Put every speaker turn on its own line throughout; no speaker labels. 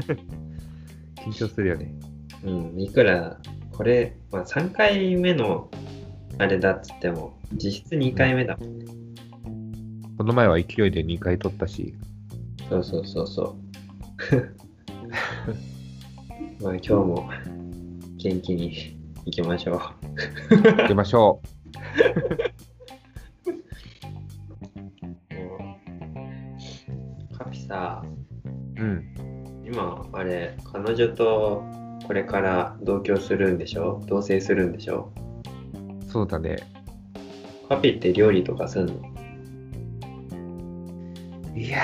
緊張するよね。
うん、いくら、これ、まあ、3回目のあれだっつっても、実質2回目だもん。
この前は勢いで2回取ったし、
そうそうそう そう。まあ、今日も元気に行きましょう。
行きましょ
カピさ、
う。 うん。
今、あれ、彼女とこれから同居するんでしょ同棲するんでしょ
そうだね。
カピって料理とかすんの
いや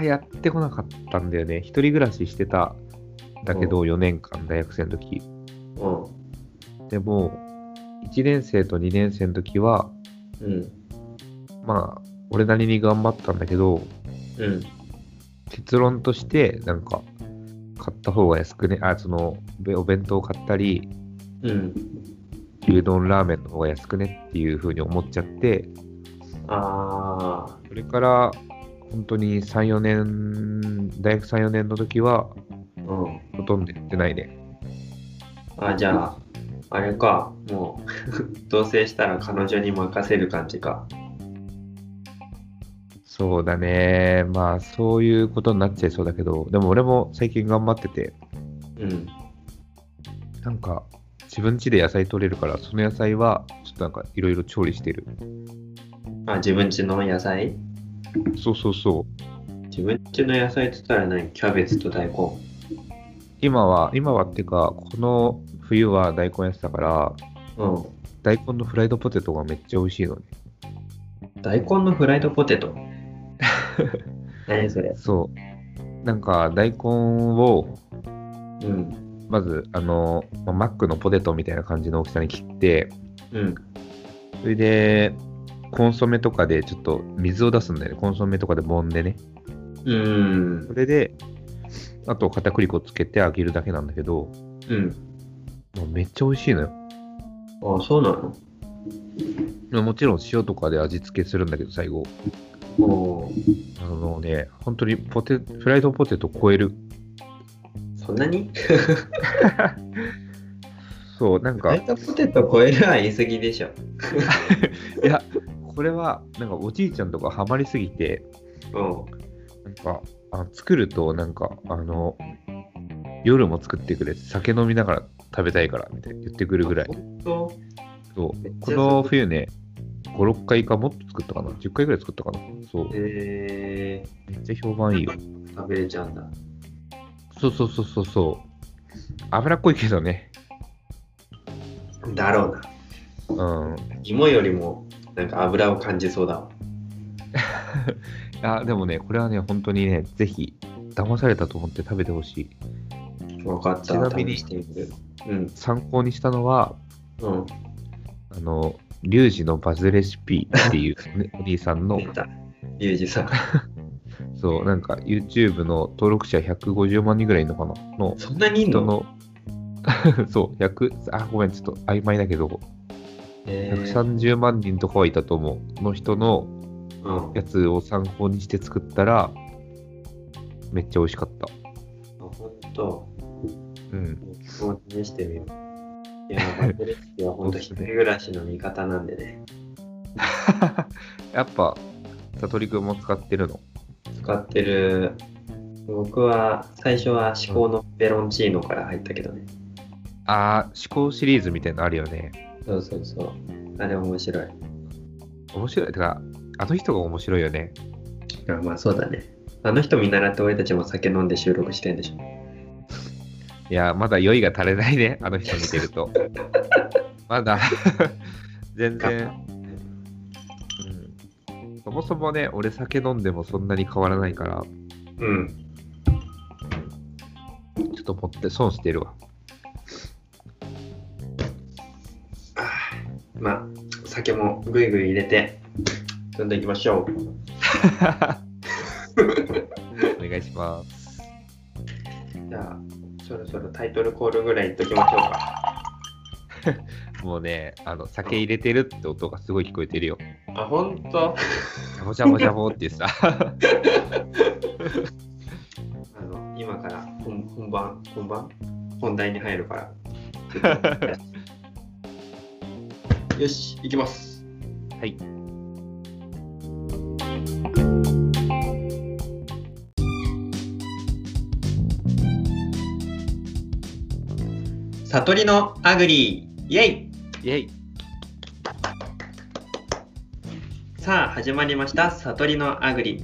ー、やってこなかったんだよね。一人暮らししてただけど、4年間、大学生の時。でも、1年生と2年生の時は、
うん。うん。
まあ、俺なりに頑張ったんだけど、
うん。
結論として、なんか、買った方が安くね、あ、その、べお弁当買ったり、
うん。
牛丼ラーメンの方が安くねっていう風に思っちゃって、
ああ。
それから、本当に3、4年、大学3、4年の時は、
うん。
ほとんどやってないね。
あ、じゃあ、あれか、もう、 同棲したら彼女に任せる感じか。
そうだね。まあ、そういうことになっちゃいそうだけど、でも俺も最近頑張ってて、
うん。
なんか、自分家で野菜取れるから、その野菜は、ちょっとなんか、いろいろ調理してる。
あ、自分家の野菜
そうそうそう。
自分家の野菜って言ったら何キャベツと大根。
今は、今はっていうか、この冬は大根やってたから、
う
大根のフライドポテトがめっちゃ美味しいのね。
ん。大根のフライドポテ ト。何それ
そう。なんか、大根を、
うん。
まず、あの、まあマックのポテトみたいな感じの大きさに切って、
うん。
それで、コンソメとかでちょっと水を出すんだよね。コンソメとかで揉んでね。
うん
そ。れで、あと片栗粉つけて揚げるだけなんだけど、
うん。
もうめっちゃ美味しいのよ。
あ、そうなの
まあもちろん塩とかで味付けするんだけど、最後。
おー
あのね、本当にポテ、フライドポテト超える。
そんなに
そう、なん
フラ
か、い
イドポテト超えるは言い過ぎでしょ。
や、これは、なんかおじいちゃんとかハマりすぎて、
う
なんか、あ作ると、なんか、あの、夜も作ってくれ、酒飲みながら食べたいから、みたいな言ってくるぐらい
ん。。本当
そ
めっち
う。
ゃ
この冬ね、5、6回かもっと作ったかな。10回ぐらい作ったかな。そう。
え
めっちゃ評判いいよ。
ー、食べれちゃうんだ。
そうそうそうそうそう。脂っこいけどね。
だろうな。
うん。
芋よりもなんか油を感じそうだわ
あ、でもね、これはね、本当にね、ぜひ、騙されたと思って食べてほしい。
分かった
ちなみに
試してみるうん
参考にしたのは、
うん
あの、リュウジのバズレシピっていう、ね、お兄さんの
出、たユージさん
そう、なんか YouTube の登録者150万人ぐらいいるのかなの
そんなにいん
人
の
の、 そう、100、あ、ごめん、ちょっと曖昧だけど、
えー
130万人とかはいたと思う。の人の
うん
やつを参考にして作ったら、めっちゃ美味しかった。
あほんと
うん。
もう試してみよういやバズレシピはほんと一人暮らしの味方なんでね
やっぱ、さとりくんも使ってるの。
使ってる僕は最初は至高のペペロンチーノから入ったけどね
あー、思考シリーズみたいなのあるよね。
そうそうそうあれ面白い
面白い。てか、あの人が面白いよね。
あまあそうだねあの人見習って俺たちも酒飲んで収録してんでしょ
いや、まだ酔いが垂れないね。あの人見てると。 まだ、 全然、うん。そもそもね、俺酒飲んでもそんなに変わらないから、
うん
ちょっと持って損してる わ。
まあ、酒もぐいぐい入れて、飲んでいきましょう。
お願いします。
じゃあ、そろそろタイトルコールぐらい言っときましょうか。
もうね、あの、酒入れてるって音がすごい聞こえてるよ。
あ、ほんと
ジャボジャボジャボってさ。
あの、今から本本番、本番本題に入るから。ちょっ とよし、行きます。
はい。
悟りのアグリー、イェイ
イェイ。
さあ始まりました悟りのアグリ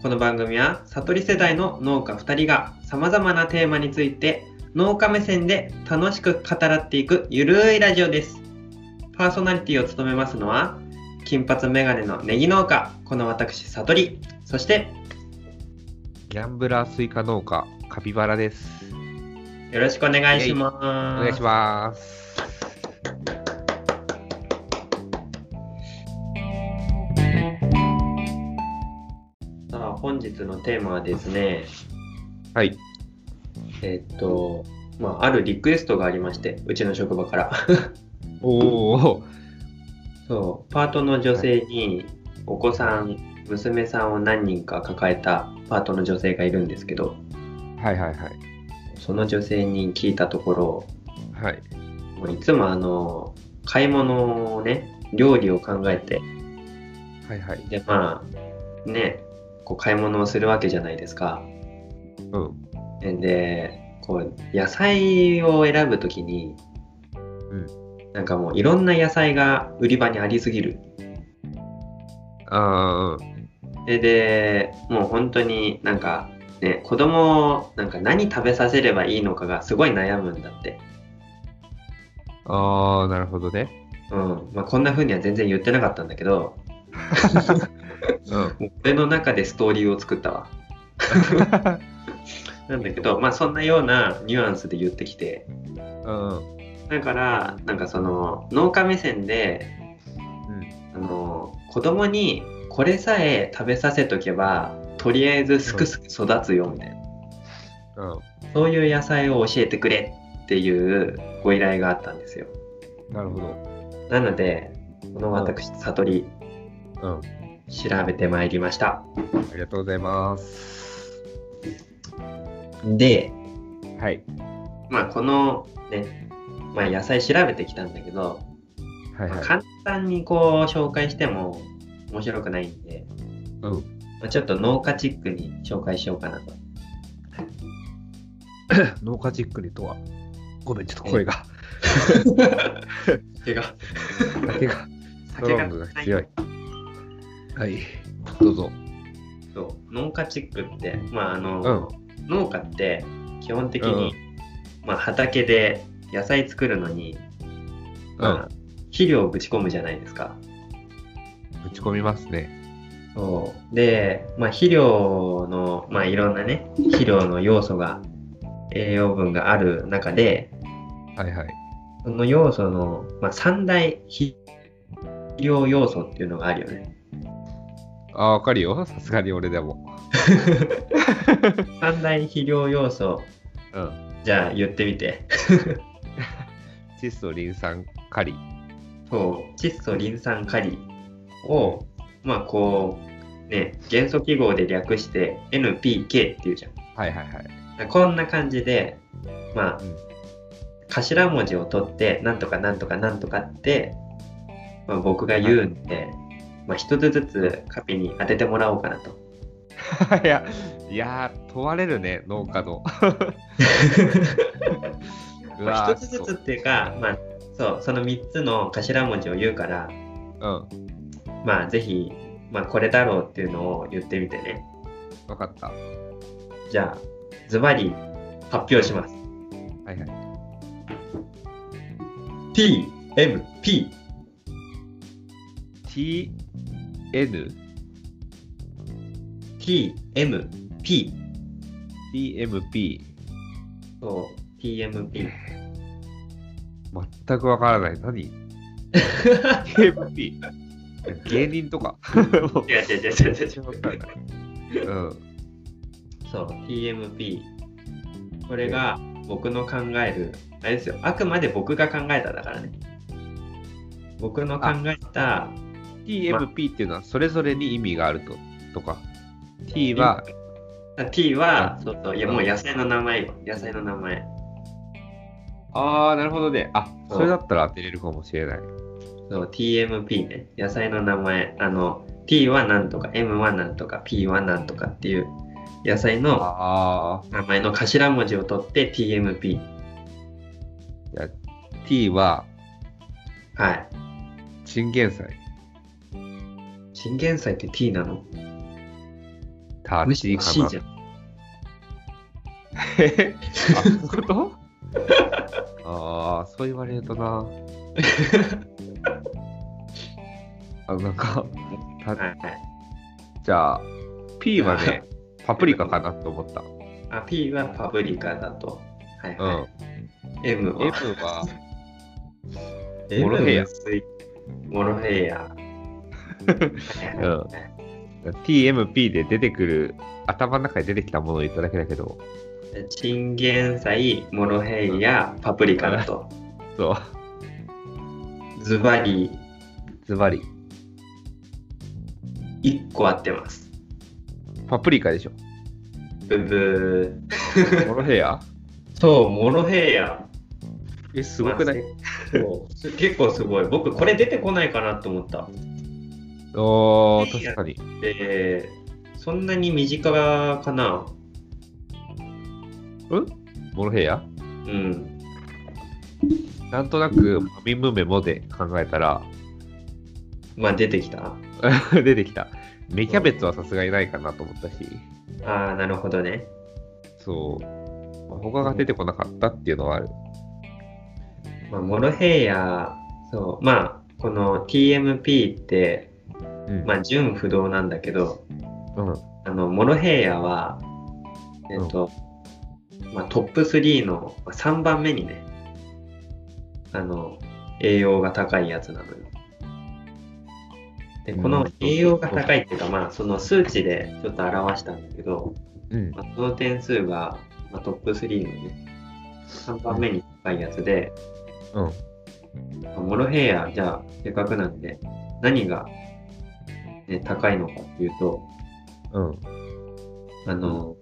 この番組は悟り世代の農家2人がさまざまなテーマについて農家目線で楽しく語らっていくゆるいラジオですパーソナリティを務めますのは金髪メガネのネギ農家この私悟りそして
ギャンブラースイカ農家、カピバラです。
よろしくお願いし
お
ます
願いします。
さあ本日のテーマはですね
はい。
えっとまああるリクエストがありましてうちの職場から
おーおー。
そう、パートの女性にお子さん、娘さんを何人か抱えたパートの女性がいるんですけど、
はいはいはい。
その女性に聞いたとこ
はい。
ろ、もういつもあの、買い物をね、料理を考えて、
はいはい。
で、まあ、ね、こう買い物をするわけじゃないですか。
うん。
で、こう、野菜を選ぶときに、なんかもういろんな野菜が売り場にありすぎる。
あ
ででもう本当になんかね子供をなんか何食べさせればいいのかがすごい悩むんだって、
あ。ああ、なるほど ね。
うんまあ、こんな風には全然言ってなかったんだけど
うん。
もう俺の中でストーリーを作ったわなんだけどまあそんなようなニュアンスで言ってきて
うん。
だからなんかその農家目線であの子供にこれさえ食べさせとけばとりあえずすくすく育つよみたいな
うん。
そういう野菜を教えてくれっていうご依頼があったんですよ
なるほど。
なので、この私、悟り、
うん。
調べてまいりました。
ありがとうございます。
で、
はい。
まあ、このね、まあ、野菜調べてきたんだけど、
はい
まあ
はい。
簡単にこう、紹介しても面白くないんで、
うん。
まあ、ちょっと農家チックに紹介しよう かなと。
ノーカチックにとは。ごめん、ちょっと声が。
手が、
酒が。スト
酒
ロ
が
ングが強い。はい。どうぞ。
そう、農家チックって、まあ、あ
う
の、農家って、基本的に、まあ、畑で野菜作るのに、まあ、肥料をぶち込むじゃないですか。
ぶち込みますね。
そうで、まあ、肥料の、まあ、いろんなね肥料の要素が栄養分がある中で
はいはい。
その要素の、まあ、三大肥料要素っていうのがあるよね
あー、わかるよ。さすがに俺でも。
三大肥料要素
うん。
じゃあ言ってみて
窒素、リン酸、カリ。
そう窒素リン酸カリをまあこうね元素記号で略して NPK っていうじゃん
はいはいはい。
こんな感じで、まあ、
うん
頭文字を取って、なんとかなんとかなんとかって、まあ、僕が言うんで、まあ、一つずつカピに当ててもらおうかなと。
いや、いやー、問われるね、農家 の。う
ま
わ
あ、
ー
一つずつっていうか、まあ、そう、その3つの頭文字を言うから、
そうう
まあ、ぜひ、まあ、これだろうっていうのを言ってみてね。
ん。わかった。は
じゃあ、ズバリ発表します。
いはい。
T、M、P。
T、N、
T、M、P。
T、M、P。
そう、T、M、P。
全くわからない。何 ?TMP。芸人とか。
違う違う違う違う違う。
うん。
そう、TMP。これが僕の考える、あれですよ、あくまで僕が考えただからね。僕の考えた
TMP っていうのはそれぞれに意味があるととか T は
T は
あ
そうそういやもう野菜の名前よ野菜の名前
ああなるほどねあそれだったら当てれるかもしれない
そう TMP ね野菜の名前あの T はなんとか M はなんとか P はなんとかっていう野菜の
ああ
名前の頭文字を取って TMP
いや T は
はい
チンゲン菜
チンゲン菜って T なの
タ
む
ッ
し
チ
ろ
か
C
な
じゃん
えあそういうことああそう言われるとなあなんかた
はいはい
じゃあ P はねパプリカかなと思った
あ P はパプリカだとはいは
う
い、
ん
M
M
は
は
モ
モロヘイヤ
モロヘイヤ はいはいはい
TMP で出てくる頭の中に出てきたものを言っただけだけど
チンゲン菜、モロヘイヤ、パプリカだと。
そう
ズバリ
ズバリ
1個合ってます。
パプリカでしょ
ブブー。
モロヘイヤ
そう、モロヘイヤ。
えすごくない
そうす結構すごい。僕、これ出てこないかなと思った。
お
いい
ー
や
確かに
で、そんなに身近かな。
モロヘイヤ
うん。
なんとなく「ミムメモ」で考えたら
まあ、出てきた。
出てきた芽キャベツはさすがにないかなと思ったし
ああ、なるほどね。
そうまあ他が出てこなかったっていうのはある
まあ、モロヘイヤ、そう、まあ、この TMP って、
うん
まあ、純不動なんだけど、
うん
あのモロヘイヤは、えっとまあ、トップ3のまあ3番目にねあの栄養が高いやつなのよ。でこ
う
の
ん
栄養が高いっていうか、まあ、その数値でちょっと表したんだけど、
うん
まあ、その点数が、まあ、トップ3のね3番目に高いやつで、
うん
まあモロヘイヤじゃあせっかくなんで何が、ね、高いのかっていうと、
うん
あの、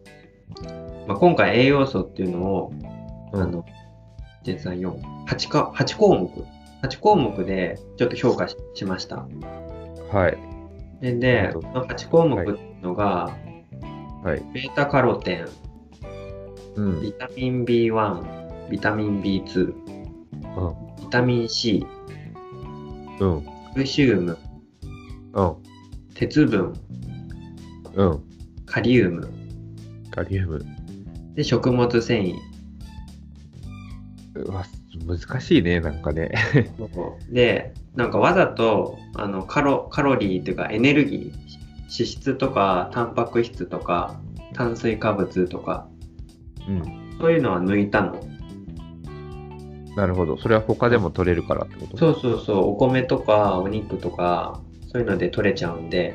まあ、今回栄養素っていうのを、
うん
あの、1 3、4、8か、8項目。8項目でちょっと評価ししました。
はい
で、
な
で
るほど
この8項目っていうのが、
はい
ベータカロテン、
うんうん
ビタミン B1、ビタミン B2、ビタミン C、
うん
カルシウム、
うん
鉄分、
うん
カリウム、
カリウム
で食物繊維。
うわ難しいねなんかね
でなんかわざとあのカロカロリーというかエネルギー脂質とかタンパク質とか炭水化物とか
うん
そういうのは抜いたの
なるほどそれは他でも取れるからってこと
そうそうそうお米とかお肉とかそういうので取れちゃうんで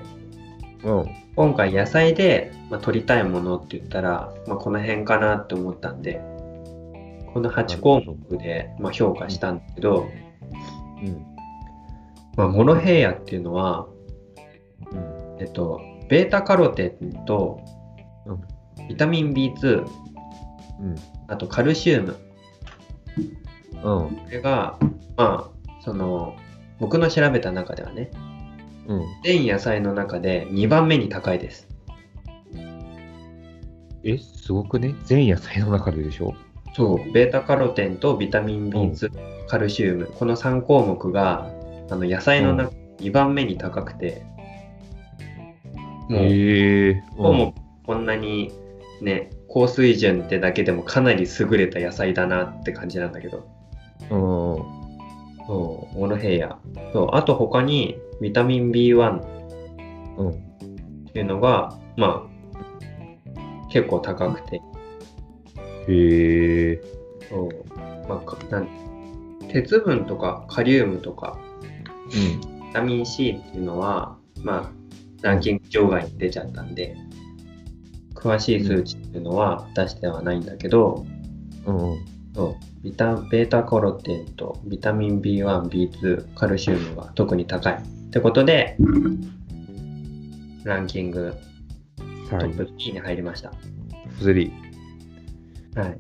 うん
今回野菜で、まあ、取りたいものって言ったら、まあ、この辺かなって思ったんでこの8項目で、まあ、評価したんだけど、
うん
まあ、モロヘイヤっていうのは
うん
えっと、ベータカロテンと
うん
ビタミン B2、
うん
あとカルシウム、
うん
これが、まあ、その、僕の調べた中ではね、
うん
全野菜の中で2番目に高いです。
えすごくね全野菜の中ででしょ
そう、ベータカロテンとビタミン B2、カルシウム、この3項目が、あの、野菜の中2番目に高くて、もう、
へえ
ここもこんなにね、高水準ってだけでもかなり優れた野菜だなって感じなんだけど。
うんうん
そう、モロヘイヤ。そう、あと他にビタミン B1 っ
うん
ていうのが、まあ、結構高くて、
へえ
そう、まあ、かなん鉄分とかカリウムとか
う
ビタミン C っていうのは、まあ、ランキング上外に出ちゃったんで、詳しい数値っていうのは出してはないんだけど、
んうん
そう、ビタベータカロテンとビタミン B1、B2、カルシウムが特に高い。ってことで、ランキングト
3
ップ
位、
3に入りました。
3、
はい。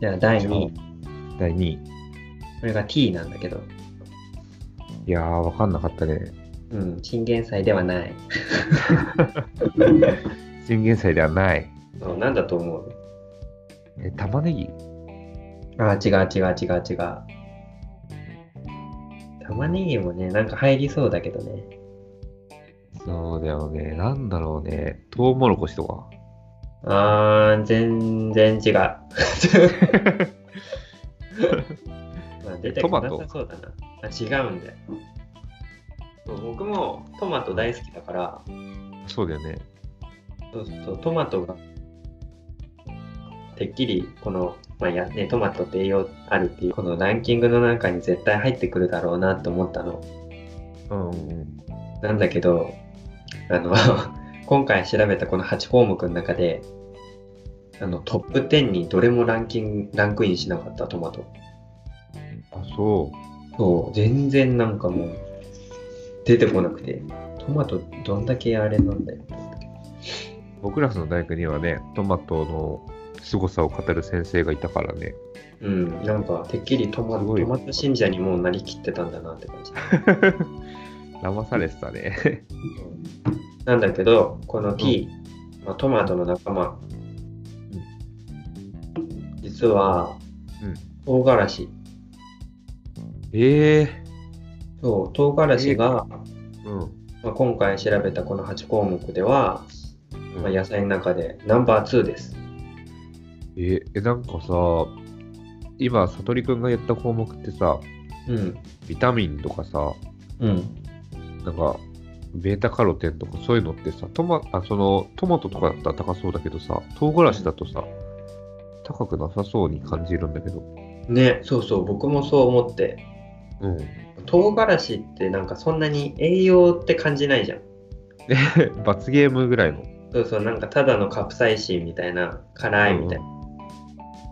じゃあ第2位。
第2位。
これが T なんだけど、
いやー、わかんなかったね。
うん、チンゲン菜ではない。
宣言祭ではない。
なんだと思う
え、玉ねぎ
あー、違う違う違う違う。玉ねぎもね、なんか入りそうだけどね。
そうだよね。なんだろうね。トウモロコシとか。
あー、全然 違う。まあ出てこなさそうだな。あ違うんだよ。そう僕もトマト大好きだから、
そうだよね。
そうそうトマトがてっきりこの、まあやね、トマトって栄養あるっていうこのランキングの中に絶対入ってくるだろうなと思ったの
うんうん。
なんだけどあの 今回調べたこの8項目の中であのトップ10にどれもランキングランクインしなかったトマト
あ、そ
そう全然なんかもう出てこなくてトマトどんだけあれなんだよ
う。僕らの大学にはね、トマトの凄さを語る先生がいたからね。
うん、なんかてっきりトマ
すごい
トマト信者にもうなりきってたんだなって感じ
騙されてたね。
なんだけど、この T、まあ、トマトの仲間、実は、
うん
唐辛子。
ええ
そう、唐辛子が、
うん。
まあ、今回調べたこの8項目では、まあ、
うん
野菜の中でナンバー2です。
え、えなんかさ、今、さとりくんが言った項目ってさ、
うん。
ビタミンとかさ、
うん。
なんか、ベータカロテンとかそういうのってさ、トマあそのトマトとかだったら高そうだけどさ、唐辛子だとさ、高くなさそうに感じるんだけど。
ね、そうそう、僕もそう思って。
うん。
唐辛子ってなんかそんなに栄養って感じないじゃん。
罰ゲームぐらいの。
そうそう、なんかただのカプサイシンみたいな、辛いみたいな、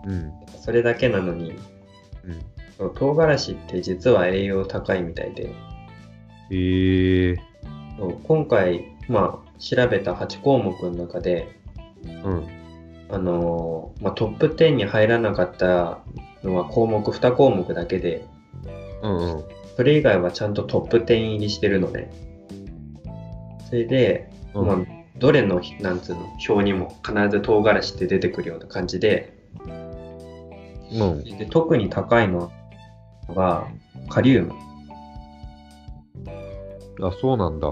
うん。
それだけなのに、
うん、
そう唐辛子って実は栄養高いみたいで。
ええ
そう今回、まあ、調べた8項目の中で、
うん。
あのーまあ、トップ10に入らなかったのは項目2項目だけで
うんうん。
それ以外はちゃんとトップ10入りしてるのねそれで、
うん
まあ、どれのなんつうの表にも必ず唐辛子って出てくるような感じで
うん、
で特に高いのがカリウム
あ、そうなんだ。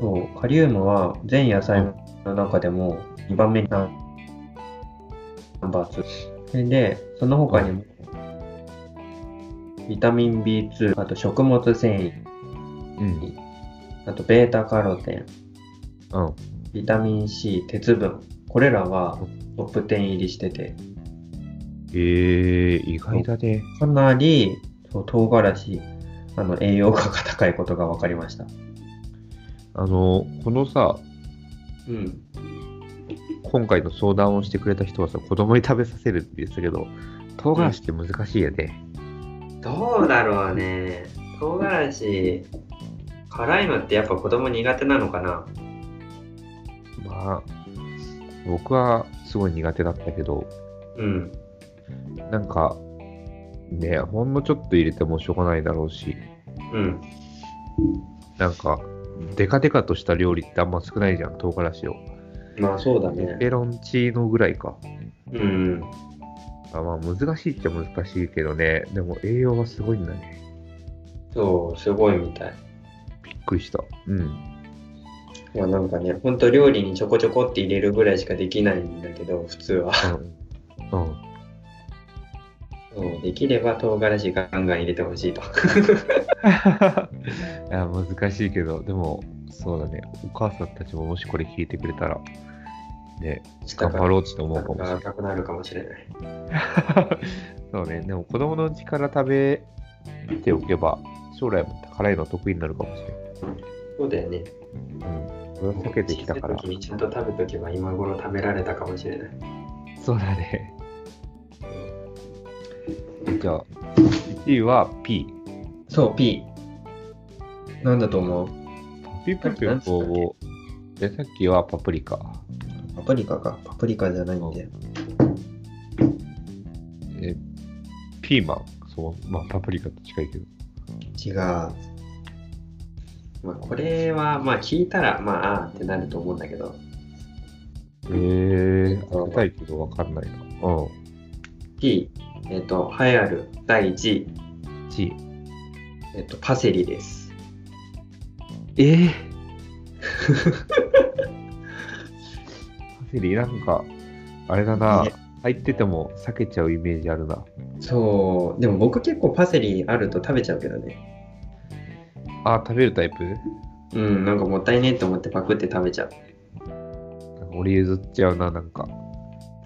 そうカリウムは全野菜の中でも2番目にナンバー2それでその他にもビタミン B2 あと食物繊維
うん。
あとベータカロテン
うん。
ビタミン C 鉄分これらがトップ10入りしてて
ええ意外だね。
かなりそう唐辛子あの栄養価が高いことが分かりました
あの、このさ、
うん
今回の相談をしてくれた人はさ、子供に食べさせるって言ってたけど、唐辛子って難しいよね。
どうだろうね唐辛子辛いのってやっぱ子供苦手なのかな
まあ、僕はすごい苦手だったけど、
うん
なんか、ね、ほんのちょっと入れてもしょうがないだろうし、
うん
なんか、デカデカとした料理ってあんま少ないじゃん、唐辛子を。
まあそうだ
ペ
ね
ペロンチーノぐらいか。
うん
あまあ難しいっちゃ難しいけどね。でも栄養はすごいんだね。
そうすごいみたい
びっくりした。うん。
まあなんかねほんと料理にちょこちょこって入れるぐらいしかできないんだけど普通は
うん。うん。
そうできれば唐辛子ガンガン入れてほしいと
いや難しいけど、でもそうだね。お母さんたちももしこれ聞いてくれたら、ね、頑張ろうって思うかもしれない。
高くなるかもしれない
そうね。でも子供のうちから食べておけば、将来も辛いの得意になるかもしれない。
そうだよね
うん。俺は避けてきたから
小さい時。にちゃんと食べとけば今頃食べられたかもしれない
そうだね。
う
じゃあ、1位は P。
そう、P。なんだと思う
ピープピョコを。で、さっきはパプリカ。
パプリカか。パプリカじゃないんで。
えーピーマン。そう、まあ、パプリカと近いけど。
違う。まあ、これは、まあ、聞いたら、まあ、あーってなると思うんだけど、
えー、当てたいけどわかんないな。う
P、えっ、と、栄えある第1位、
ん。G。
えっ、と、パセリです。
ええパセリ、なんか、あれだな
ね。
入ってても避けちゃうイメージあるな。
そう、でも僕結構パセリあると食べちゃうけどね。
あ、食べるタイプ
うん、なんかもったいねえと思ってパクって食べちゃう。
なんか俺譲っちゃうな、なんか。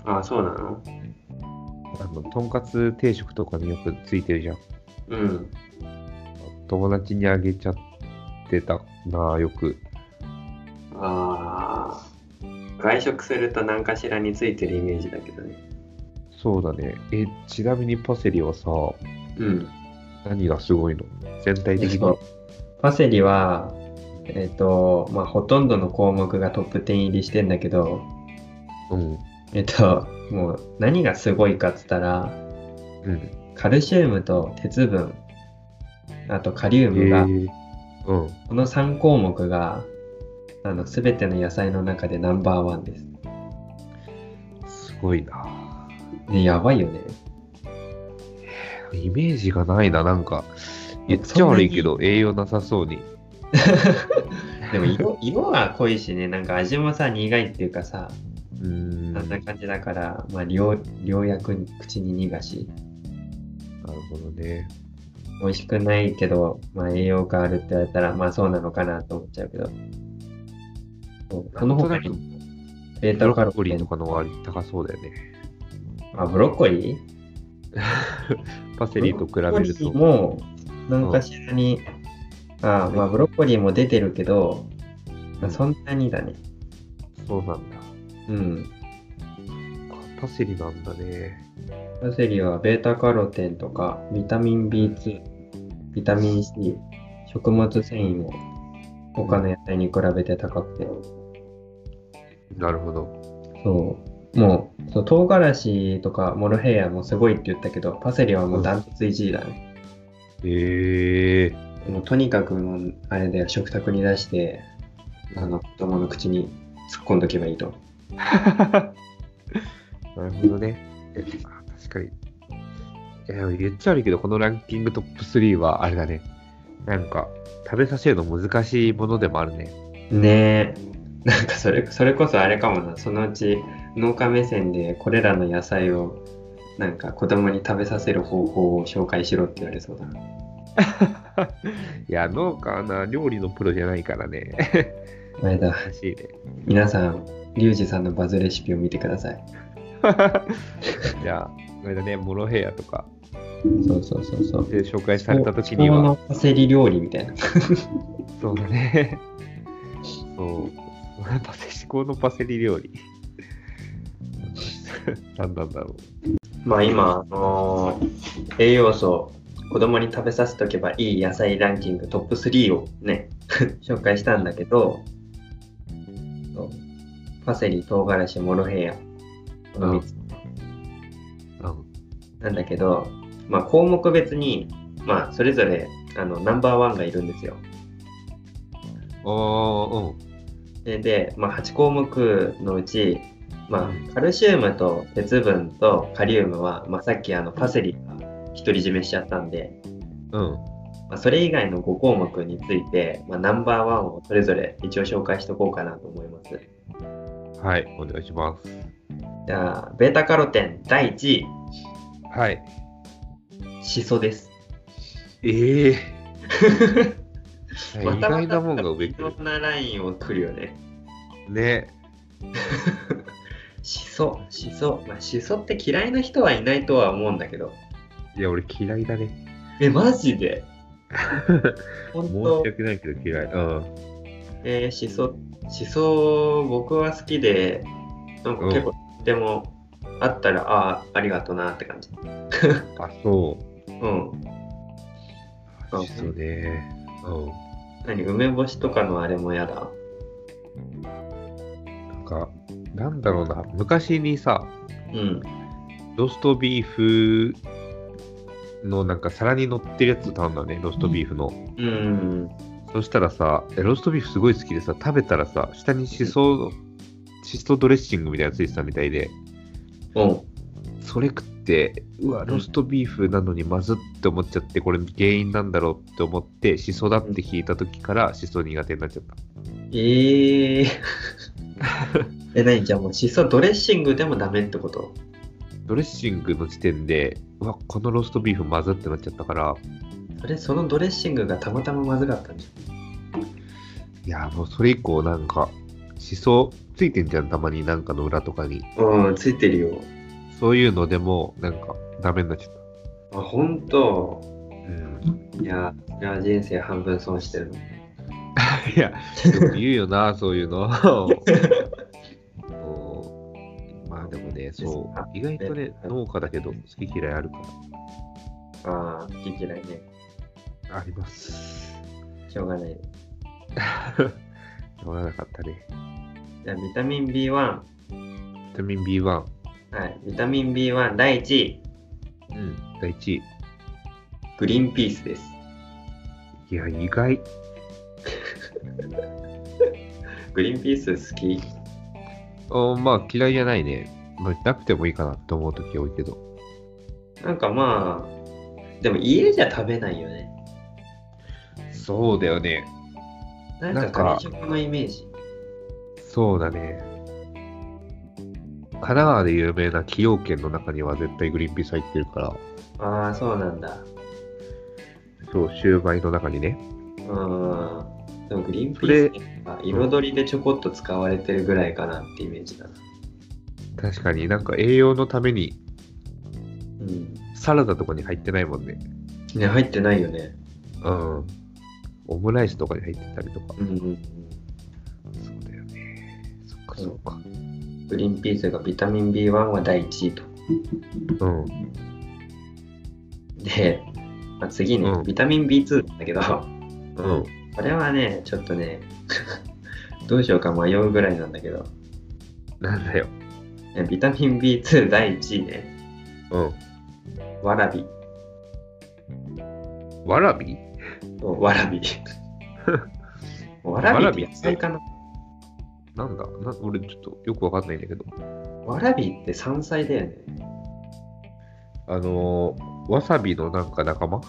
ああ、そうなの
あの、とんかつ定食とかによくついてるじゃん。
うん。
友達にあげちゃってたな、よく。
ああ、外食すると何かしらについてるイメージだけどね。
そうだね。え、ちなみにパセリはさ、
うん。
何がすごいの全体的に。
そう
う
パセリは、えっ、と、まあ、ほとんどの項目がトップ10入りしてんだけど、
ん。
えっと、もう何がすごいかっつったら、
うん。
カルシウムと鉄分、あとカリウ
え
ムが、
ー、うん。
この3項目が、あの、すべての野菜の中でナンバーワンです。
すごいな。
ね、やばいよね。
イメージがないな、なんか。言っちゃ悪いけど、栄養なさそうに。
でも色、色は濃いしね、なんか味もさ、苦いっていうかさ、
うーん。
あ
な
んな
る
感じだから、まあ、両、両薬に口に逃がし、
ほどね。
美味しくないけど、まあ、栄養があるって言われたら、まあそうなのかなと思っちゃうけど。そうその他
なんと
に、ベー
ブ
タ
ロ
カロ
ッコ
テ
リー
ン
とかの割り高そうだよね。
あ、ブロッコリー
パセリと比べる
ブロッコリ
と。
ーも、なんかしらに、あまあブロッコリーも出てるけど、まあそんなにだね。
そうなんだ。
うん。
パセリなんだね。
パセリはベータカロテンとか、ビタミン B2、ビタミン C、食物繊維も、他の野菜に比べて高くて。
なるほど。
そう。もう、そう唐辛子とかモロヘイヤもすごいって言ったけど、パセリはもうダントツ1位だね。
ええ ー。
もうとにかくもう、あれだよ、食卓に出して、あの、子供の口に突っ込んどけばいいと。
なるほどね。えあ確かに。いや言っちゃ悪いけど、このランキングトップ3はあれだね。なんか、食べさせるの難しいものでもあるね。
ねえ。なんかそれ、それこそあれかもな、そのうち農家目線でこれらの野菜を、なんか子供に食べさせる方法を紹介しろって言われそうだな。
いや、農家はな、料理のプロじゃないからね。
あれだ、
難しいね。
皆さん、リュウジさんのバズレシピを見てください。
じゃあ、あれだね、モロヘイヤとか
そうそうそうそう。
で紹介された時に
今日の
は、
パセリ料理みたいな。
そうだね。そう。パセ至高のパセリ料理。 何なんだろ
まあ今、あのー栄養素子供に食べさせておけばいい野菜ランキングトップ3をね 紹介したんだけどそうパセリ唐辛子モロヘイヤこの3つ
う。うん
なんだけど、まあ、項目別に、まあ、それぞれあのナンバーワンがいるんですよ
あ
でで、まあ、8項目のうち、ま
うん
あ、カルシウムと鉄分とカリウムは、まあ、さっきあのパセリが独り占めしちゃったんで
あ、うん。うん。
まあ、それ以外の5項目について、まあ、ナンバーワンをそれぞれ一応紹介しておこうかなと思います。
はい、お願いします。
じゃあ、ベータカロテン第1位、
はい。
シソです。
え え
ま
意
たまた
外なもんが上
い
来
ろ
る。
んなラインを来るよね。
ね。
シソ、シソ。まあ、シソって嫌いな人はいないとは思うんだけど。
いや、俺嫌いだね。
え、マジ で
申
本
し
当
訳ないけど嫌い。うん。
えー、シソ、シソ、僕は好きで、なんか結構、でも、あったら、ああ、ありがとなって感じ。
あ、そう。
うん。あ
しそね。う
何梅干しとかのあれもやだ。
ん。なんか、なんだろうな、昔にさ、
うん。
ローストビーフのなんか皿に乗ってるやつ頼んだね、ローストビーフの。
うん。
そしたらさ、えローストビーフすごい好きでさ、食べたらさ、下にしその、しそドレッシングみたいなのついてたみたいで、
うん。
それ食って、うわ、ローストビーフなのにまずって思っちゃって、これ原因なんだろうって思って、しそだって聞いた時から、しそ苦手になっちゃった。
ええー。え、何じゃあもうしそドレッシングでもダメってこと
ドレッシングの時点で、うわ、このローストビーフまずってなっちゃったから、
それそのドレッシングがたまたままずかったんじ
いや、もうそれ以降なんか、しそついてんじゃん、たまになんかの裏とかに。
ゃん。うん、ついてるよ。
そういうのでも、なんか、ダメになっちゃった。
あ、ほんと。
うん。
いや、いや人生半分損してるの。
いや、よく言うよ な、そういうの。そうまあでもね、そう、意外とね、農家だけど、好き嫌いあるか
ああ、好き嫌いね。
ら、あります。
しょうがない。
乗らなかったね。
じゃあ、ビタミン B1。は
ビタミン B1、
い。ビタミン B1 第1位、
うん、第1位。
グリーンピースです。
いや、意外。
グリーンピース好き
おまあ、嫌いじゃないね。まあ、なくてもいいかなって思うとき多いけど。
なんかまあ、でも家じゃ食べないよね。
そうだよね。
な
なんん
か
か
外食のイメージ。
そうだね。神奈川で有名な崎陽軒の中には絶対グリーンピース入ってるから、
ああ、そうなんだ。
そう、シューマイの中にね。
うん。でもグリーンピ
それ
ースってなんか彩りでちょこっと使われてるぐらいかなってイメージだな。
確かになんか栄養のために
うん。
サラダとかに入ってないもんね。
ね、入ってないよね。
うん。オムライスとかに入ってたりとか。
うんうん
そうだよね。そっかそっか。
うん。グリーンピースがビタミン B1 は第1位と。
うん。
で、まあ、次ね、
うん
ビタミン B2 なんだけど、
うん。
これはね、ちょっとね、 どうしようか迷うぐらいなんだけど、
なんだよ。
ねビタミン B2 第1位ね、
う
わらび。
ん。わらび
そうわら び。わらびって野菜かな
なんだな俺ちょっとよくわかんないんだけど。
わらびって山菜だよね。
あのー、わさびのなんか仲間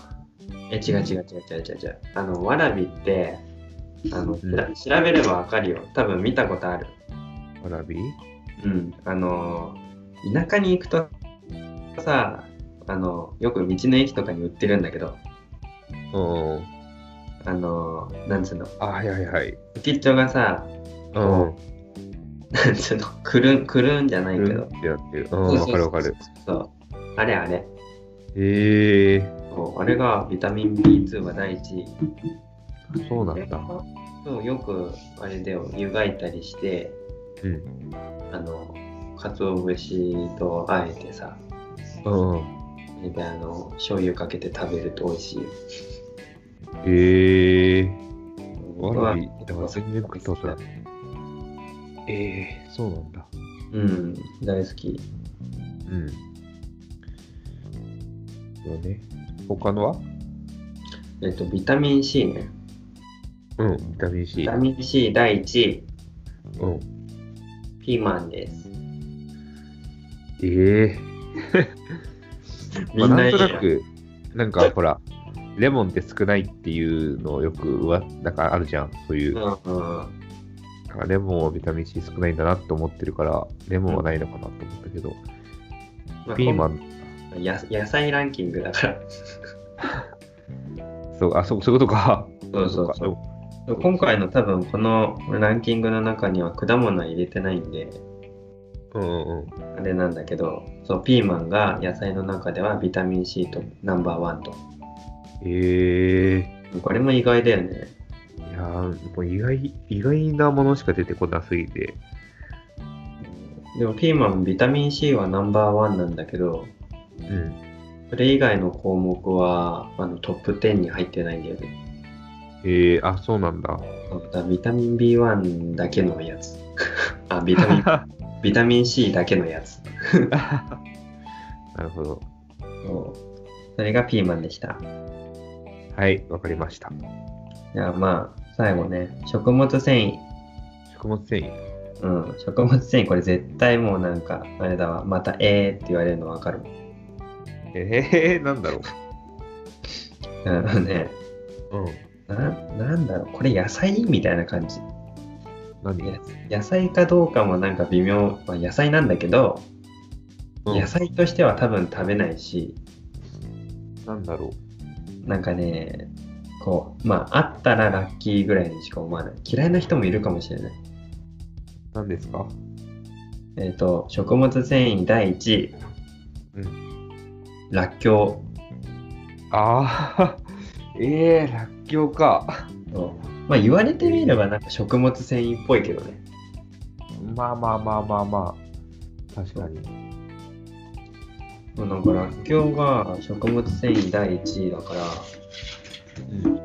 え、違う違う違う違う違う違う。あの、わらびって、あの、
うん
調調べればわかるよ。多分見たことある。
わらび
うん。あの、田舎に行くとさ、あの、よく道の駅とかに売ってるんだけど、
うん。
あの、なんつうの、
あ、はいはいはい。
先っちょがさ、
うん。
なんつうの、くるん、くるんじゃないけ
うん
ど
っ。てやってる。うん、
そう
わ
そう
かるわかる。。
そう。あれあれ。
へえ
そうあれがビタミン B2 が第一位。
ー、そうなんだ。
そうよくあれで湯がいたりして、
うん。
あの、鰹節とあえてさ、
うん。
であの醤油かけて食べると美味しいよ。
へえー。
僕
わらび
は、
だから全然食ったことない。ええそうなんだ。
うん、大好き。
うん。そうね。他のは
えっと、ビタミン C ね。
うん、ビタミン
ビ
C
タ。ミン C 第1位、
うん。
ピーマンです。
ええ
み
まあ
んな
ないん
い
と
や
なく、なんかほら、レモンって少ないっていうのをよくわ、なんかあるじゃん。そういう、なん
うんうん、
かレモンはビタミン C 少ないんだなって思ってるから、レモンはないのかなと思ったけど、ピーマ
ン。
ン、
や野菜ランキングだから。
そう、あ、そう、そういうことか。
そうそうそう
う。
今回の多分このランキングの中には果物は入れてないんで
うんうんうん。
あれなんだけどそうピーマンが野菜の中ではビタミン C とナンバーワンと
ええ
これも意外だよね
いやーもう意外、意外なものしか出てこなすぎて。
でもピーマンビタミン C はナンバーワンなんだけど
うん。
それ以外の項目はあのトップ10に入ってないんだよね。
えー、あ、そうなん だ。
だからビタミン B1 だけのやつ。 あ、ビタ ミン、ビタミン C だけのやつ。
なるほど。
そうそれがピーマンでした。
はい、わかりました。
じゃあまあ、最後ね、食物繊維。
食物繊維。
うん、食物繊維、これ絶対もうなんか、あれだわ、またえーって言われるのわかるもん。
えー、なんだろ
あのね、
う。うん。
ななんだろう、これ野菜みたいな感じ。
何、
や野菜かどうかもなんか微妙、まあ、野菜なんだけど、
うん、
野菜としては多分食べないし、
なんだろ
なんかね、こう、まあ、あったらラッキーぐらいにしか思わない。嫌いな人もいるかもしれない。
う。なんですか
えっ、と、食物繊維第1位、
うん
らっきょ
ああ、えー、ら っきょうか。
うと。まあ、言われてみればなんか食物繊維っぽいけどね。
まあまあまあまあまあ。確かに。
もうなんか、らっきょうが食物繊維第1位だから、
うん、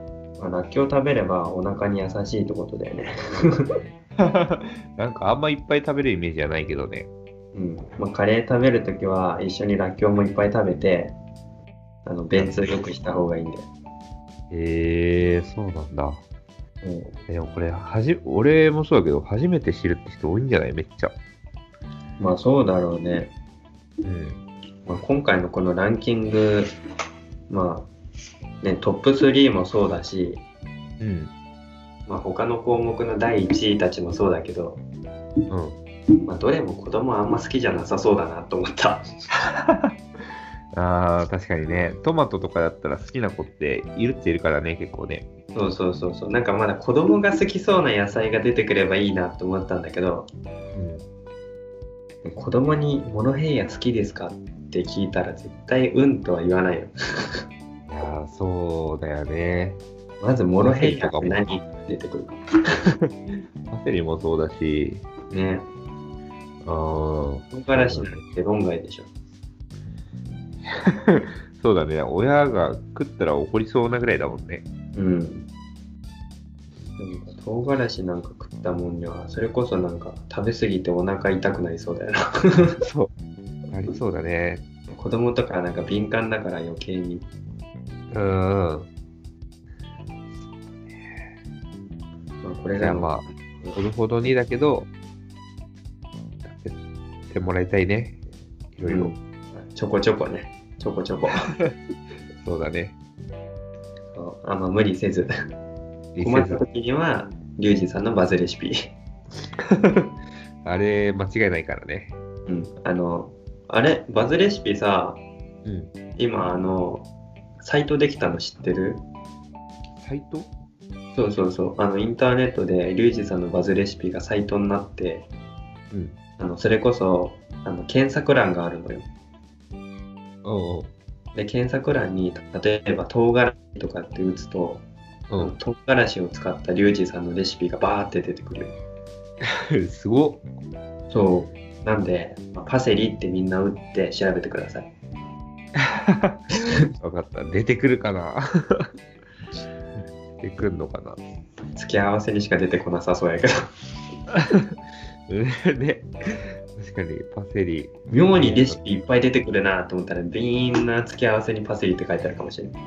まあ、らっきょう食べればお腹に優しいってことだよね。
なんかあんまいっぱい食べるイメージはないけどね。
うん。まあ、カレー食べるときは一緒にらっきょうもいっぱい食べて、あの、便通よくした方がいいんだよ。
えー、そうなんだ。
うん
でもこれはじ、俺もそうだけど、初めて知るって人多いんじゃないめっちゃ。
まあそうだろうね。
うん。
まあ、今回のこのランキング、まあね、トップ3もそうだし、
うん。
まあ、他の項目の第1位たちもそうだけど、
うん。
まあ、どれも子供はあんま好きじゃなさそうだなと思った。
ああ、確かにね。トマトとかだったら好きな子っているっているからね、結構ね。
そうそうそうそう。なんかまだ子供が好きそうな野菜が出てくればいいなと思ったんだけど、
うん。
子供にモロヘイヤ好きですかって聞いたら絶対うんとは言わないよ。
いやーそうだよね。
まずモロヘイヤって
モロヘイヤ
何って出てくるか。
パセリもそうだし、
ね。
あー
唐辛子なんて論外でしょ。
そうだね。親が食ったら怒りそうなぐらいだもんね。
うん。でも唐辛子なんか食ったもんには、それこそなんか食べ過ぎてお腹痛くなりそうだよな。
そう。ありそうだね。
子供とかなんか敏感だから余計に。
うんうん。
まあ、これ
じゃ
が
あ
の
まあ、ほどほどにだけど、食べてもらいたいね。いろいろ。
うんちょこちょこね。ちょこちょこ。
そうだね。
あんま無理せず。困った時には、リュウジさんのバズレシピ。
あれ、間違いないからね。
うん。あの、あれ、バズレシピさ、
うん。
今あの、サイトできたの知ってる
サイト
そうそうそう。あの、インターネットでリュウジさんのバズレシピがサイトになって、
うん。
あのそれこそあの検索欄があるのよ。
おう
で検索欄に例えば唐辛子とかって打つと、
おう。
唐辛子を使ったリュウジさんのレシピがバーって出てくるよ。
うん。 すごっ。
そう。なんで、まあパセリってみんな打って調べてください。
わかった。出てくるか な出てくんのかな
付き合わせにしか出てこなさそう やけど。
うんね。確かに、パセリ。
妙にレシピいっぱい出てくるなと思ったら、みんな付き合わせにパセリって書いてあるかもしれない。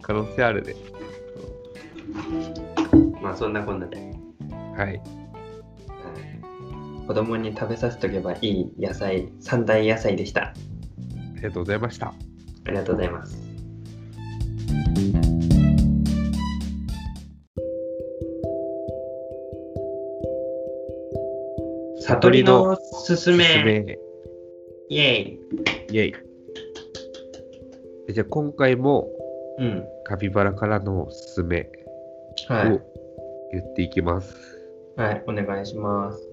可能性あるね。
まあそんなこんなで。
はい。
子供に食べさせておけばいい野菜、三大野菜でした。
ありがとうございました。
ありがとうございます。悟りのすすめイエイ
イェイ。えじゃあ、今回も
うん。
カピバラからのおすすめ
は
を
い。
言っていきます。
はい、お願いします。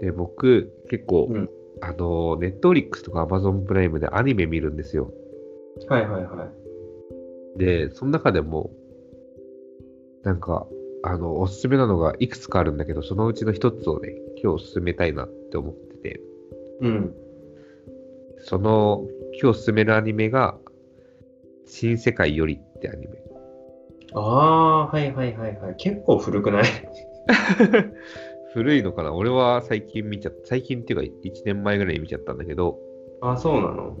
で、僕、結構、
うん
あの、ネットフリックスとかアマゾンプライムでアニメ見るんですよ。
はいはいはい。
で、その中でも、なんか、あの、おすすめなのがいくつかあるんだけど、そのうちの一つをね、今日進めたいなって思ってて、
うん。
その今日進めるアニメが、新世界よりってアニ メ。
ああ、はいはいはいはい。結構古くない
古いのかな俺は最近見ちゃった、最近っていうか1年前ぐらいに見ちゃったんだけど、
あ、そうなの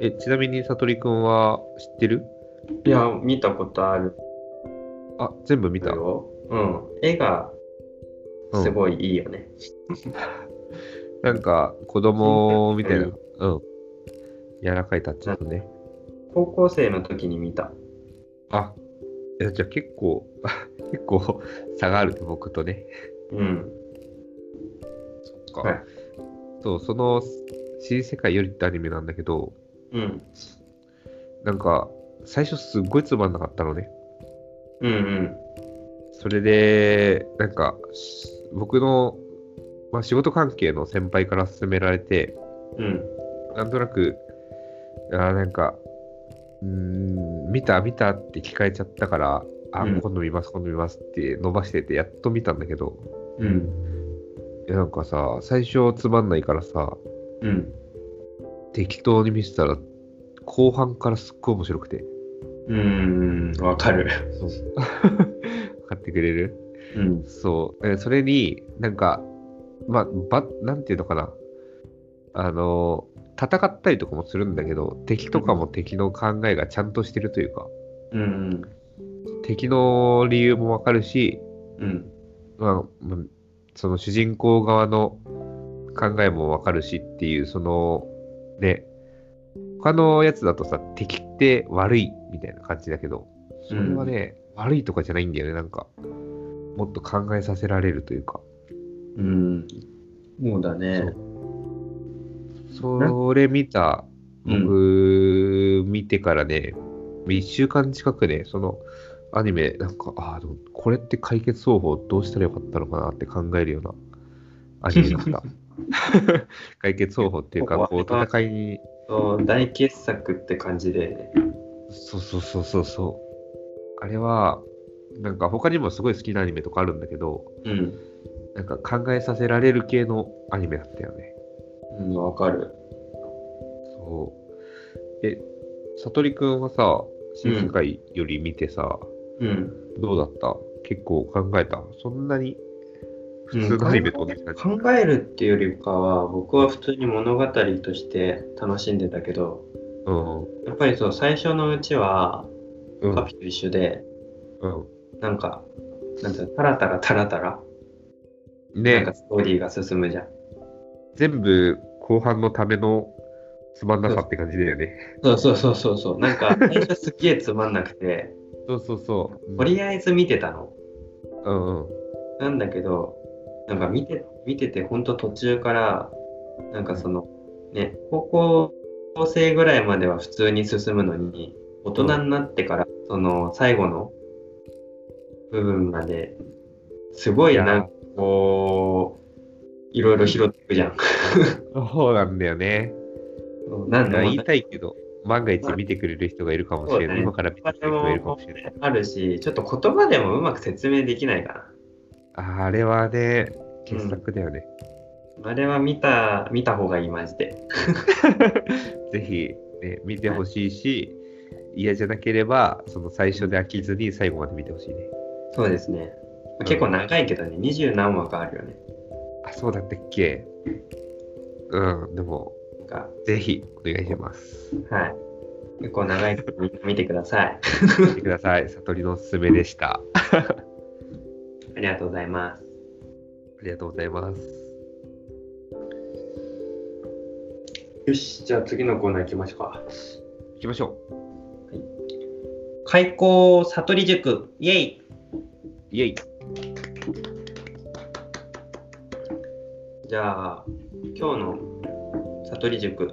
え、ちなみにさとりくんは知ってる
いや、見たことある
あ、全部見た。
よ。うん。絵がすごいいいよね。
なんか、子供みたいな、うん。柔らかいタッチのね。
高校生の時に見た。
あ、いやじゃあ結構、 結構差があるね、僕とね。
うん。
そっか。
はい
そう、その、新世界よりってアニメなんだけど、
うん。
なんか、最初すっごいつまんなかったのね。
うんうん。
それで、なんか、し僕の、まあ、仕事関係の先輩から勧められて、
うん。
なんとなく、あーなんか、うーん、見た、見たって聞かれちゃったから、あ
うん
ー、今度見ます、今度見ますって伸ばしてて、やっと見たんだけど、
うん。
いやなんかさ、最初つまんないからさ、
うん。
適当に見せたら、後半からすっごい面白 くて。
うん。わかる。
そう。買ってくれる
うん。
そう、えーそれに、なんか、まあ、ば、なんていうのかな、あのー、戦ったりとかもするんだけど、敵とかも敵の考えがちゃんとしてるというか、
うん。
敵の理由もわかるし、
うん。
まあ、うんその主人公側の考えもわかるしっていう、その、ね、他のやつだとさ、敵って悪いみたいな感じだけど、それはね、悪いとかじゃないんだよね、なんか、もっと考えさせられるというか。
うん。そうだね。
それ見た、僕、見てからね、1週間近くね、そのアニメ、なんか、ああ、でもこれって解決方法どうしたらよかったのかなって考えるようなアニメだ った。解決方法っていうか、こう、戦いに、
そう大傑作って感じで、ね。
そうそうそうそうそう。あれは、なんか他にもすごい好きなアニメとかあるんだけど、
うん。
なんか考えさせられる系のアニメだったよね。
うん、わかる。
そう。え、さとりくんはさ、新世界より見てさ、
うん。
どうだった結構考えたそんなに普通のアニメと同じ感じ、
考えるっていうよりかは、僕は普通に物語として楽しんでたけど、
うん、うん、
やっぱりそう、最初のうちは、
う
カ
ん、
ピと一緒で、
う
なんか、なんていうの、タラタラタラタラ、
ん。
なん
ね
かストーリーが進むじゃん。
全部後半のためのつまんなさって感じだよね。
そうそうそうそうそう。なんか、最初すっげえつまんなくて、
そうそうそう。
とりあえず見てたの。
うんうん。
なんだけど、なんか見て、見てて、ほんと途中から、なんかその、ね、高校生ぐらいまでは普通に進むのに、大人になってから、その、最後の部分まで、すごいなんかこう、いろいろ拾っていくじゃん。
そうなんだよね。
な
な
んで
んか
も
言いたいけど、万が一見てくれる人がいるかもしれない。
そうだね
今から見てくれる人がいるかもしれない。
あるし、ちょっと言葉でもうまく説明できないか
あれはね、傑作だよね。
な。あれは見た、見た方がいい、マジで。
ぜひ、ね、見てほしいし、嫌じゃなければ、その最初で飽きずに最後まで見てほしいね。
そうですね。まあ結構長いけどね、二十何話かあるよね。
あ、そうだったっけうん、でも、
なんか、
ぜひお願いします。
はい。結構長いからみんな見てください。
見てください。 悟りのおすすめでした。あ
ありがとうございます。
りがとうございます。
よし、じゃあ次のコーナー行きましょうか。
行きましょ
開校悟り塾、イェイ
う。イェイ。
じゃあ、今日の悟り塾、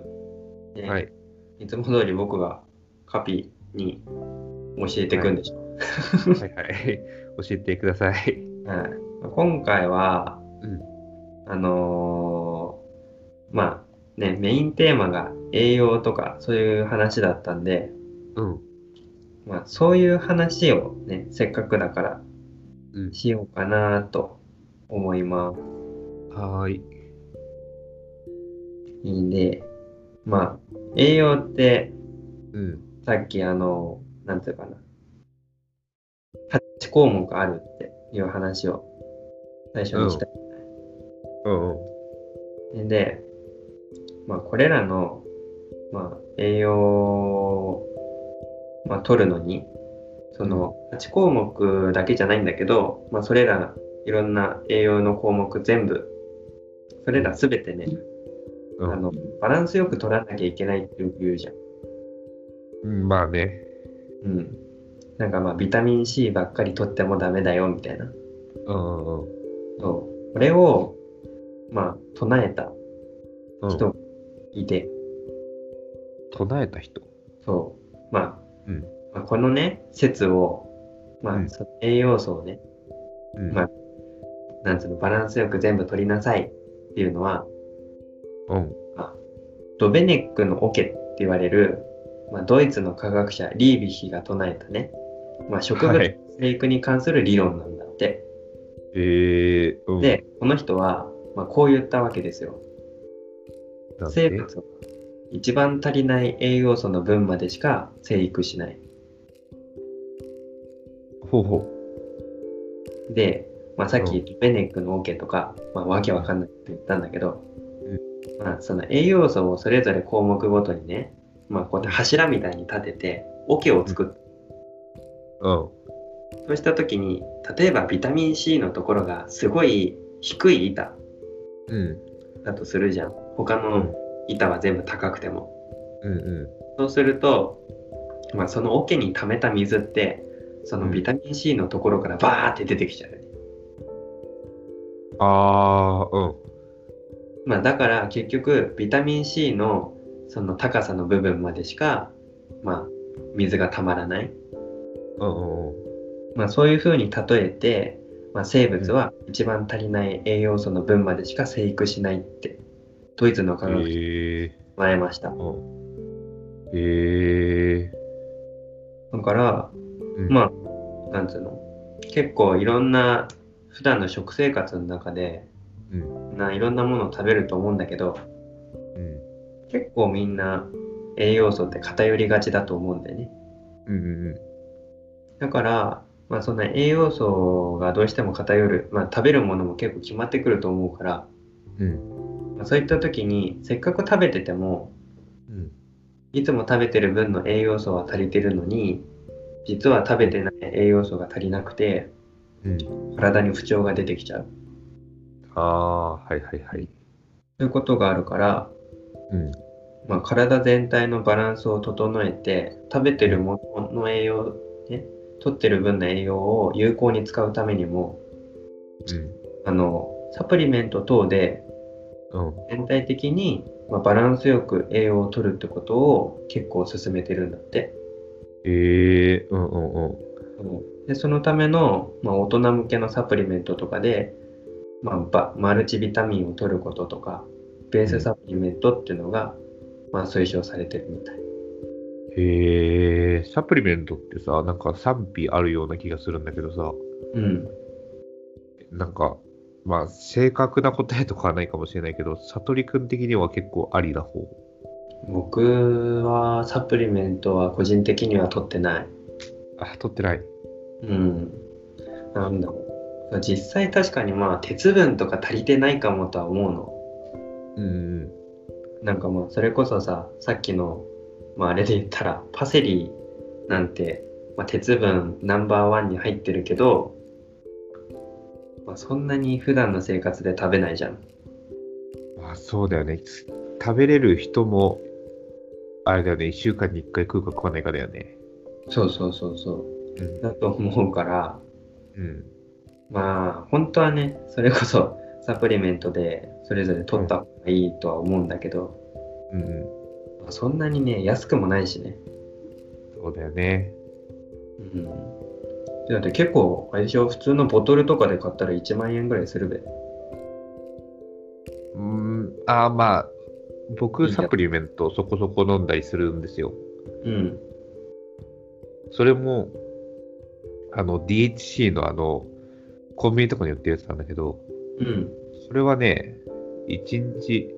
ね
はい。
いつも通り僕がカピに教えていくんでしょ。
はいはい。 教えてください。
はい今回は、
うん
あのーまあね、メインテーマが栄養とかそういう話だったんで、
うん。
まあ、そういう話をね、せっかくだから
うん。
しようかなと思いま
はーい。
す。で、まあ、栄養って、
うん。
さっきあの、なんていうかな。8項目あるっていう話を最初にした。
うんうん。
で、まあ、これらの、まあ、栄養を、まあ、取るのに、その8項目だけじゃないんだけど、まあ、それらいろんな栄養の項目全部、それらすべてね、あ
うん
の、バランスよく取らなきゃいけないっていうじゃん。
うん。まあね。
うん。なんかまあ、ビタミン C ばっかり取ってもダメだよ、みたいな。
うんうんうん。
そう。これを、まあ、唱えた
うん
人がいて、
唱えた人。
そう。まあ、
うん
まあこのね、説を、まあ、
うん
その栄養素をね、
うん。
まあなんつうの、バランスよく全部取りなさいっていうのは、
うん。
ドベネックのオケって言われる、まあ、ドイツの科学者リービヒが唱えたね、まあ、植物
は
の
い。
生育に関する理論なんだって。
えー、うん。
で、この人は、まあ、こう言ったわけですよ。
なん
生
で、
物は一番足りない栄養素の分までしか生育しない。
ほうほう。
で、まあ、さっ
う
きベネックのオケとか、まあ、わけわかんないって言ったんだけど、まあ、その栄養素をそれぞれ項目ごとにね、まあ、こうやって柱みたいに立ててオケを作って、
う
そうした時に例えばビタミン C のところがすごい低い板
ん。うん。
だとするじゃん他の板は全部高くても
うんうん。
そうすると、まあ、そのオケに溜めた水ってそのビタミン C のところからバーって出てきちゃうよね、
ああ、うん。
まあ、だから結局ビタミン C のその高さの部分までしか、まあ、水がたまらない、
うんうんうん。
まあ、そういうふうに例えて、まあ、生物は一番足りない栄養素の分までしか生育しないってドイツの科学者
ええ
が唱えました、
ー。うん。ええ
だから
ー。
ま
あ、
あなんつうの結構いろんな普段の食生活の中で
うん。
ないろんなものを食べると思うんだけど
うん。
結構みんな栄養素って偏りがちだと思うんだよね
うんうん
だから、まあ、そんな栄養素がどうしても偏る、まあ、食べるものも結構決まってくると思うから、
うん。うん。
まあ、そういった時にせっかく食べてても
うん。
いつも食べてる分の栄養素は足りてるのに実は食べてない栄養素が足りなくて
うん。
体に不調が出てきちゃう
ああ、はいはいはい。
ということがあるから、
うん。
まあ、体全体のバランスを整えて食べてるものの栄養、ね、取ってる分の栄養を有効に使うためにもあのサプリメント等で
うん。うん。
全体的に、まあ、バランスよく栄養を取るってことを結構勧めてるんだって。
ええー。うんうんうん。
でそのための、まあ、大人向けのサプリメントとかで、まあ、ばマルチビタミンを取ることとかベースサプリメントっていうのが、まあ、推奨されてるみたい。
へえ、サプリメントってさ、なんか賛否あるような気がするんだけどさ、
うん、
なんか、まあ、正確な答えとかはないかもしれないけど、悟りくん的には結構ありな方。
僕はサプリメントは個人的には取ってない。
あ、取ってない。
うん、なんだろう実際確かにまあ鉄分とか足りてないかもとは思うの。
うんうん。
なんかまあそれこそささっきの、まあ、あれで言ったらパセリなんて、まあ、鉄分ナンバーワンに入ってるけど、まあ、そんなに普段の生活で食べないじゃん。
まあ、そうだよね。つ食べれる人も、あれだよね、1週間に1回食うか食わないかだよね。
そうそうそうそう
うん。
だと思うから
うん。
まあ本当はねそれこそサプリメントでそれぞれ取った方がいいとは思うんだけど、
うんうん。
まあそんなにね安くもないしね。
そうだよね。
うんだって結構、あれでしょ普通のボトルとかで買ったら1万円ぐらいするべ。
うーん。あーまあ、
いい
僕、
んだ
サプリメントそこそこ飲んだりするんですよ。
うん。
それも、あの、DHC のあの、コンビニとかに売ってるやつなんだけど、
うん。
それはね、1日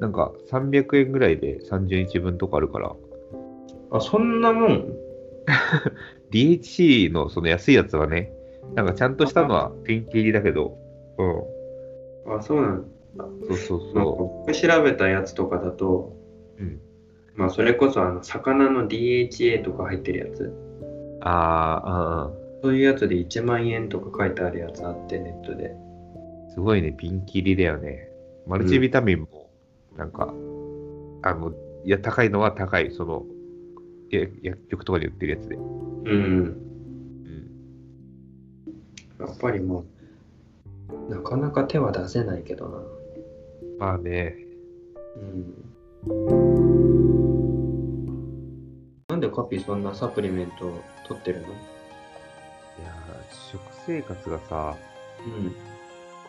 なんか300円ぐらいで30日分とかあるから、
あ、そんなもん
DHC のその安いやつはね、なんかちゃんとしたのはピンキリだけど、う
あ、そうなん
ん。そうそう
なんか
そ
僕調べたやつとかだと、
う。うん、
まあ、それこそあの魚の DHA とか入ってるやつ
あーあ
そういうやつで1万円とか書いてあるやつあってネットで
ー、すごいね、ピンキリだよね。マルチビタミンも、なんか、あの、いや、高いのは高い、その、や薬局とかで売ってるやつで。
うん
うん、
やっぱりもうなかなか手は出せないけどな
まあね、
うんなんでカピそんなサプリメントを取ってるの
いやー食生活がさ、
うん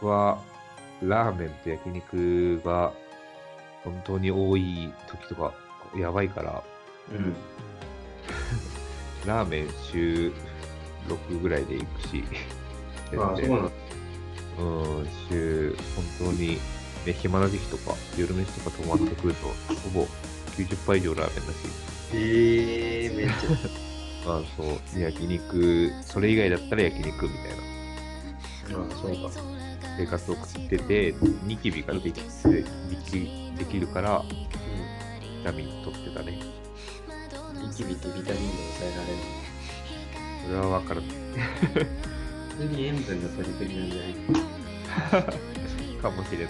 僕はラーメンと焼肉が本当に多い時とかやばいから、
うん
ラーメン週6ぐらいで行くし、
ああそう
全然
なの
うん、週、本当に、ね、暇な時期とか、夜飯とか泊まってくると、ほぼ90杯以上ラーメンだし、
ええめっちゃ
まあそう、焼肉、それ以外だったら焼肉みたいな
ああそうか
生活を送ってて、ニキビができて、できできるから、ビタミン取ってたね。
うんニキビとビタミンで抑え
それ
られる
はわからない
普通に塩分の取りすぎなんじゃない
かもしれない。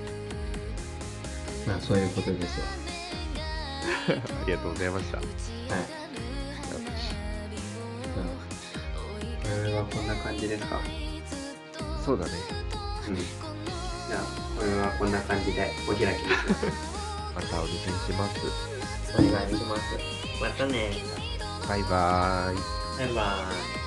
まあそういうことですよ
ありがとうございました。
はいうん。これはこんな感じですか。
そうだね。
うん。じゃあ、これはこんな感じでお開きにします。
またお願いします。
お願いします。またね。
バイバーイ。
バイバーイ。